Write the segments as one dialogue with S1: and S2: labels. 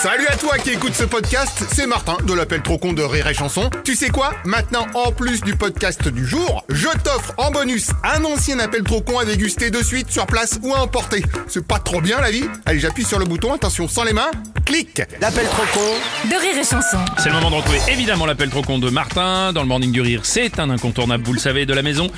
S1: Salut à toi qui écoute ce podcast, c'est Martin de l'appel trop con de Rire et Chanson. Tu sais quoi Maintenant, en plus du podcast du jour, je t'offre en bonus un ancien appel trop con à déguster de suite sur place ou à emporter. C'est pas trop bien la vie Allez, j'appuie sur le bouton, attention, sans les mains, clique
S2: L'appel trop con
S3: de rire et chanson.
S4: C'est le moment de retrouver évidemment l'appel trop con de Martin. Dans le Morning du Rire, c'est un incontournable, vous le savez, de la maison.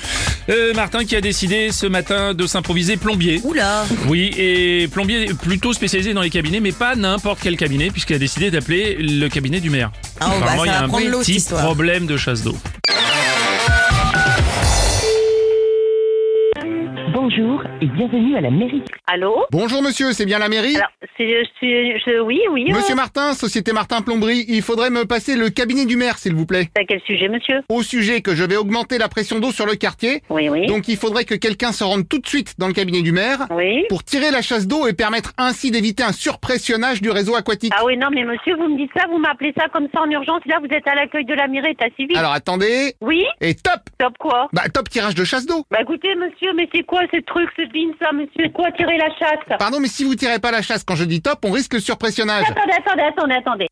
S4: Euh, Martin qui a décidé ce matin de s'improviser plombier.
S3: Oula
S4: Oui, et plombier plutôt spécialisé dans les cabinets, mais pas n'importe quel cabinet, puisqu'il a décidé d'appeler le cabinet du maire.
S3: Ah, oh, bah,
S4: Apparemment,
S3: ça
S4: il y
S3: va
S4: a
S3: prendre l'eau,
S4: un
S3: cette
S4: petit
S3: histoire.
S4: problème de chasse d'eau.
S5: Bonjour et bienvenue à la mairie.
S6: Allô
S1: Bonjour monsieur, c'est bien la mairie
S6: Alors, c'est, c'est- je- oui, oui. euh,
S1: Monsieur Martin, Société Martin Plomberie, il faudrait me passer le cabinet du maire s'il vous plaît.
S6: c'est à quel sujet, monsieur
S1: Au sujet que je vais augmenter la pression d'eau sur le quartier,
S6: Oui, oui.
S1: donc il faudrait que quelqu'un se rende tout de suite dans le cabinet du maire
S6: Oui.
S1: pour tirer la chasse d'eau et permettre ainsi d'éviter un surpressionnage du réseau aquatique.
S6: Ah oui, non, mais monsieur, vous me dites ça, vous m'appelez ça comme ça en urgence. Là, vous êtes à l'accueil de la mairie, état civil.
S1: Alors attendez,
S6: Oui
S1: et top
S6: Top quoi
S1: Bah top tirage de chasse d'eau
S6: Bah écoutez, monsieur, mais c'est quoi ce truc, ce bin, ça, monsieur C'est quoi tirer la chasse
S1: Pardon, mais si vous tirez pas la chasse quand je dis top, on risque le surpressionnage.
S6: Attendez, attendez, attendez, attendez.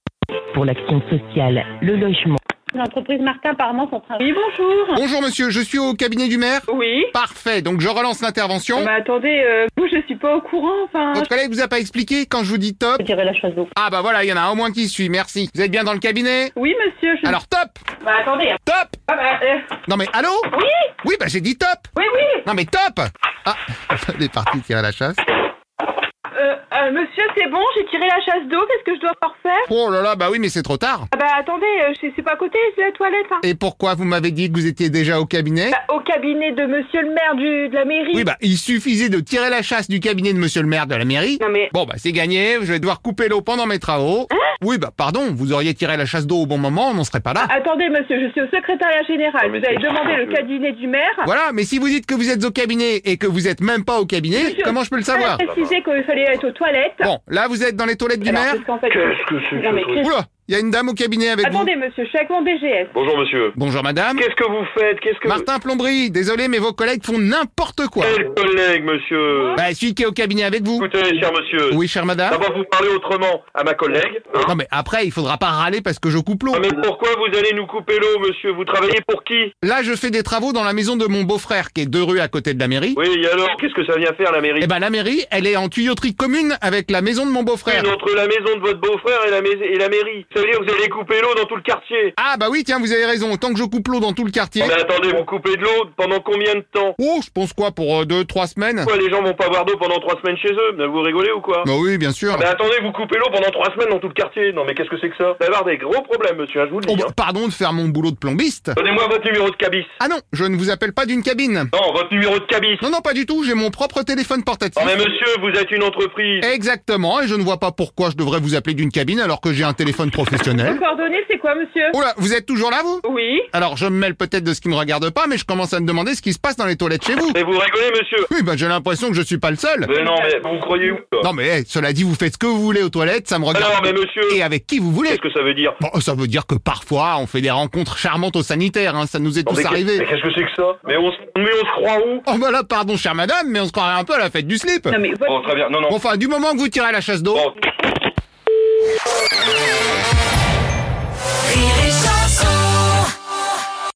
S5: Pour l'action sociale, le logement.
S6: L'entreprise Martin, apparemment, sont train...
S7: Oui, bonjour.
S1: Bonjour monsieur, je suis au cabinet du maire.
S7: Oui.
S1: Parfait, donc je relance l'intervention.
S7: Bah attendez, euh, vous, je suis pas au courant, enfin.
S1: Votre collègue vous a pas expliqué quand je vous dis top
S6: tirer la chasse d'eau.
S1: Ah bah voilà, il y en a un au moins qui suit, merci. Vous êtes bien dans le cabinet
S7: Oui, monsieur, je.
S1: Alors top
S7: Bah attendez. hein.
S1: Top
S7: Ah, bah, euh,
S1: Non mais allô
S7: Oui,
S1: Oui bah j'ai dit top
S7: oui, oui.
S1: Non mais top Ah, il est parti tirer la chasse.
S7: Euh, euh, monsieur, c'est bon, j'ai tiré la chasse d'eau, qu'est-ce que je dois refaire
S1: Oh là là, bah oui mais c'est trop tard.
S7: Ah, bah attendez, euh, c'est c'est pas à côté, c'est la toilette, hein.
S1: Et pourquoi vous m'avez dit que vous étiez déjà au cabinet
S7: Bah, au cabinet de monsieur le maire du, de la mairie.
S1: Oui bah il suffisait de tirer la chasse du cabinet de monsieur le maire de la mairie.
S7: Non, mais.
S1: Bon bah c'est gagné, je vais devoir couper l'eau pendant mes travaux. oui bah pardon, vous auriez tiré la chasse d'eau au bon moment, on n'en serait pas là.
S7: Attendez, monsieur, je suis au secrétariat général.
S8: Non, mais
S7: vous avez
S8: c'est-
S7: demandé le cabinet du maire.
S1: Voilà, mais si vous dites que vous êtes au cabinet et que vous êtes même pas au cabinet,
S7: Monsieur,
S1: comment je peux le
S7: Vous avez
S8: Ah,
S1: savoir
S7: précisé qu'il fallait être aux toilettes.
S1: Bon, là vous êtes dans les toilettes du
S7: Alors,
S1: maire.
S7: parce qu'en fait-
S8: Qu'est-ce que c'est que
S7: Non, mais
S8: ce truc
S7: qu'est-ce-
S1: Oula, il y a une dame au cabinet avec vous.
S7: Attendez, monsieur, je suis avec mon BGS.
S8: Bonjour monsieur.
S1: Bonjour madame.
S8: Qu'est-ce que vous faites Qu'est-ce que Euh.
S1: Martin Plomberie, désolé mais vos collègues font n'importe quoi.
S8: Quel collègue monsieur
S1: Bah celui qui est au cabinet avec vous.
S8: Écoutez, cher monsieur,
S1: Oui, Ah. chère madame.
S8: d'abord vous parlez autrement à ma collègue. euh, hein.
S1: Non mais après, il faudra pas râler parce que je coupe l'eau.
S8: Ah, mais pourquoi vous allez nous couper l'eau, monsieur Vous travaillez pour qui
S1: Là, je fais des travaux dans la maison de mon beau-frère qui est deux rues à côté de la mairie.
S8: Oui, et alors, qu'est-ce que ça vient faire la mairie
S1: Eh ben la mairie, elle est en tuyauterie commune avec la maison de mon beau-frère.
S8: Une entre la maison de votre beau-frère et la, mais- et la mairie. Ça veut dire que vous allez couper l'eau dans tout le quartier.
S1: Ah bah oui, tiens, vous avez raison, autant que je coupe l'eau dans tout le quartier.
S8: Mais attendez, vous coupez de l'eau pendant combien de temps
S1: Oh, je pense quoi pour euh, deux, trois semaines
S8: Pourquoi les gens vont pas boire d'eau pendant trois semaines chez eux Mais Vous rigolez ou quoi
S1: Bah oui, bien sûr.
S8: Mais attendez, vous coupez l'eau pendant trois semaines dans tout le quartier. Non mais qu'est-ce que c'est que ça Vous allez avoir des gros problèmes, monsieur, hein, je vous le
S1: Oh,
S8: dis.
S1: bah,
S8: hein.
S1: pardon de faire mon boulot de plombiste.
S8: Donnez-moi votre numéro de cabis.
S1: Ah non, je ne vous appelle pas d'une cabine.
S8: Non, votre numéro de cabis.
S1: Non, non, pas du tout, j'ai mon propre téléphone portatif.
S8: Non Oh, mais monsieur, vous êtes une entreprise.
S1: Exactement, et je ne vois pas pourquoi je devrais vous appeler d'une cabine alors que j'ai un téléphone
S7: Vos
S1: professionnel.
S7: coordonnées, c'est quoi, monsieur
S1: Oh là, vous êtes toujours là, vous
S7: Oui.
S1: Alors, je me mêle peut-être de ce qui me regarde pas, mais je commence à me demander ce qui se passe dans les toilettes chez vous.
S8: Mais vous rigolez monsieur
S1: Oui, bah j'ai l'impression que je suis pas le seul.
S8: Mais non mais vous croyez où quoi
S1: Non mais eh, cela dit, vous faites ce que vous voulez aux toilettes, ça me
S8: Ah
S1: regarde.
S8: Non mais monsieur,
S1: Et avec qui vous voulez
S8: qu'est-ce que ça veut dire
S1: Bon, ça veut dire que parfois, on fait des rencontres charmantes au sanitaire, hein, ça nous est
S8: Non,
S1: tous
S8: mais qu'est- mais
S1: arrivé.
S8: qu'est-ce que c'est que ça Mais on se mais on se croit où
S1: Oh bah là, pardon, chère madame, mais on se croirait un peu à la fête du slip.
S7: Non, mais votre
S8: Bon très bien, non non.
S1: Bon, Enfin, du moment que vous tirez la chasse d'eau,
S8: Bon,